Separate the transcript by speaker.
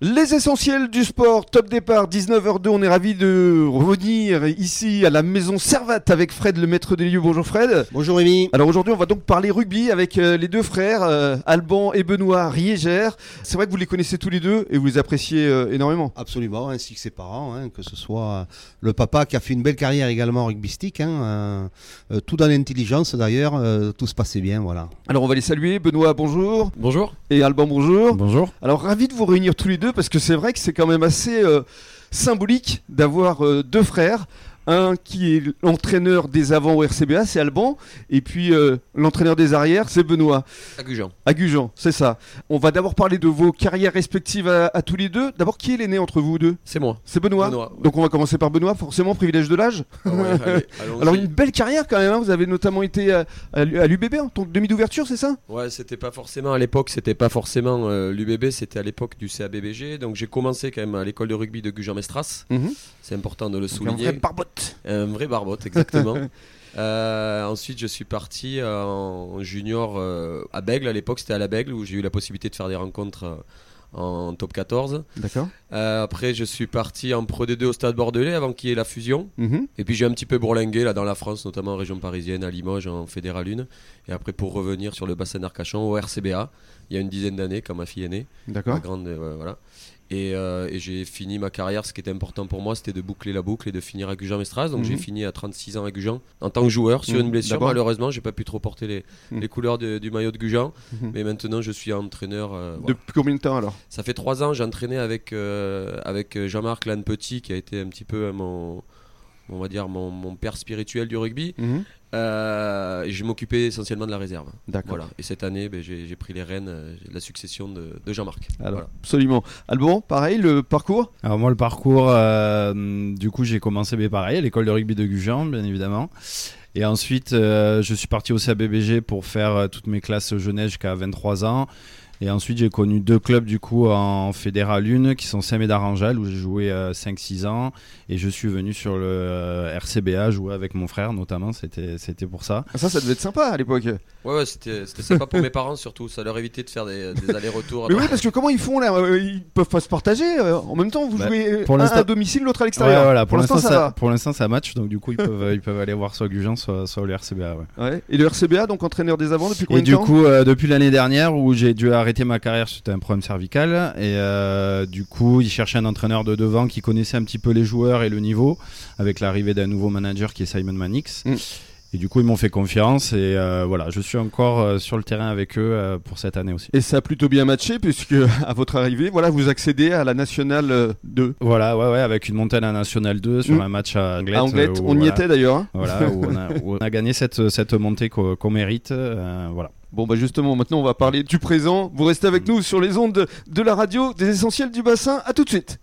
Speaker 1: Les essentiels du sport, top départ, 19h02, on est ravis de revenir ici à la maison Servette avec Fred, le maître des lieux. Bonjour Fred.
Speaker 2: Bonjour Rémi.
Speaker 1: Alors aujourd'hui, on va donc parler rugby avec euh, les deux frères, euh, Alban et Benoît Riégère. C'est vrai que vous les connaissez tous les deux et vous les appréciez euh, énormément.
Speaker 2: Absolument, ainsi que ses parents, hein, que ce soit euh, le papa qui a fait une belle carrière également rugbystique, hein, euh, euh, tout dans l'intelligence d'ailleurs, euh, tout se passait bien, voilà.
Speaker 1: Alors on va les saluer. Benoît, bonjour.
Speaker 3: Bonjour.
Speaker 1: Et Alban, bonjour.
Speaker 3: Bonjour.
Speaker 1: Alors ravi de vous réunir tous les deux parce que c'est vrai que c'est quand même assez euh, symbolique d'avoir euh, deux frères. Un qui est l'entraîneur des avants au RCBA, c'est Alban, et puis euh, l'entraîneur des arrières, c'est Benoît. À Gujan, c'est ça. On va d'abord parler de vos carrières respectives à, à tous les deux. D'abord, qui est l'aîné entre vous deux
Speaker 3: C'est moi.
Speaker 1: C'est Benoît.
Speaker 3: Benoît, ouais.
Speaker 1: Donc on va commencer par Benoît, forcément privilège de l'âge. Alors
Speaker 4: Alors
Speaker 1: une belle carrière quand même, hein. vous avez notamment été à, à l'U- à l'UBB en tant que demi d'ouverture, c'est ça
Speaker 4: Ouais, c'était pas forcément à l'époque, c'était pas forcément euh, l'UBB, c'était à l'époque du CABBG. Donc j'ai commencé quand même à l'école de rugby de Gujan-Mestras.
Speaker 3: Mhm.
Speaker 4: C'est important de le
Speaker 1: Un vrai
Speaker 4: souligner.
Speaker 1: barbotte.
Speaker 4: Un vrai barbote, exactement. Euh, ensuite, je suis parti euh, en junior euh, à Bègle. À l'époque, c'était à la Bègle où j'ai eu la possibilité de faire des rencontres euh, en top 14.
Speaker 1: D'accord.
Speaker 4: Euh, après, je suis parti en Pro D2 au Stade Bordelais avant qu'il y ait la fusion.
Speaker 1: Mhm.
Speaker 4: Et puis j'ai un petit peu bourlingué là dans la France, notamment en région parisienne, à Limoges, en Fédéral 1. Et après pour revenir sur le bassin d'Arcachon au RCBA, il y a une dizaine d'années quand ma fille est née, ma
Speaker 1: D'accord.
Speaker 4: grande, euh, voilà. Et, euh, et j'ai fini ma carrière. Ce qui était important pour moi, c'était de boucler la boucle et de finir à Gujan-Mestras. Donc
Speaker 1: Mhm.
Speaker 4: j'ai fini à 36 ans à Gujan en tant que joueur sur
Speaker 1: Mhm,
Speaker 4: une blessure.
Speaker 1: d'abord.
Speaker 4: Malheureusement, j'ai pas pu trop porter les,
Speaker 1: Mhm.
Speaker 4: les couleurs de- du maillot de Gujan.
Speaker 1: Mhm.
Speaker 4: Mais maintenant, je suis entraîneur. euh, voilà.
Speaker 1: Depuis combien de temps alors
Speaker 4: Ça fait trois ans, j'ai entraîné avec, euh, avec Jean-Marc Lannes Petit, qui a été un petit peu euh, mon, on va dire, mon, mon père spirituel du rugby.
Speaker 1: Mhm.
Speaker 4: Euh, et je m'occupais essentiellement de la réserve.
Speaker 1: D'accord.
Speaker 4: Voilà. Et cette année, ben, j'ai j'ai pris les rênes, euh, de la succession de, de Jean-Marc.
Speaker 1: Alors,
Speaker 4: Voilà.
Speaker 1: absolument. Alban, pareil, le parcours
Speaker 3: Alors moi le parcours, euh, du coup j'ai commencé mais pareil à l'école de rugby de Gujan bien évidemment. Et ensuite euh, je suis parti au CABBG pour faire euh, toutes mes classes jeunesse jusqu'à 23 ans. Et ensuite j'ai connu deux clubs du coup en fédéral une qui sont saint et d'Aranjal où j'ai joué 5-6 ans. Et je suis venu sur le euh, RCBA jouer avec mon frère notamment, c'était c'était pour ça.
Speaker 1: Ah, Ça, ça devait être sympa à l'époque.
Speaker 4: Ouais, ouais, c'était c'était sympa pour mes parents surtout. Ça leur évitait de faire des, des allers-retours.
Speaker 1: Mais oui, parce que comment ils font là Euh, Ils peuvent pas se partager. euh, En même temps, vous
Speaker 3: Bah,
Speaker 1: jouez euh,
Speaker 3: pour
Speaker 1: un
Speaker 3: l'instant-
Speaker 1: à domicile, l'autre à
Speaker 3: Ouais,
Speaker 1: l'extérieur.
Speaker 3: voilà, pour l'instant ça,
Speaker 1: va.
Speaker 3: pour l'instant ça match donc du coup ils peuvent ils peuvent aller voir soit Gujan soit soit le RCBA. ouais.
Speaker 1: Ouais. Et le RCBA, donc entraîneur des avants depuis combien
Speaker 3: Et
Speaker 1: de
Speaker 3: du
Speaker 1: temps
Speaker 3: coup, euh, depuis l'année dernière où j'ai dû arrêter ma carrière suite à un problème cervical, et euh, du coup, il cherchait un entraîneur de devant qui connaissait un petit peu les joueurs et le niveau, avec l'arrivée d'un nouveau manager qui est Simon Mannix.
Speaker 1: Mm.
Speaker 3: Et du coup, ils m'ont fait confiance, et euh, voilà, je suis encore euh, sur le terrain avec eux euh, pour cette année aussi.
Speaker 1: Et ça a plutôt bien matché puisque à votre arrivée, voilà, vous accédez à la nationale euh, 2.
Speaker 3: Voilà, ouais, ouais, avec une montagne à National 2 sur
Speaker 1: Mm.
Speaker 3: un match à Anglet.
Speaker 1: à Anglette,
Speaker 3: euh, où,
Speaker 1: on y
Speaker 3: voilà,
Speaker 1: était d'ailleurs. hein.
Speaker 3: Voilà, où on a, où on a gagné cette, cette montée qu'on qu'on mérite. euh, voilà.
Speaker 1: Bon bah justement, maintenant on va parler du présent. Vous restez avec nous sur les ondes de la radio des essentiels du bassin. À tout de suite.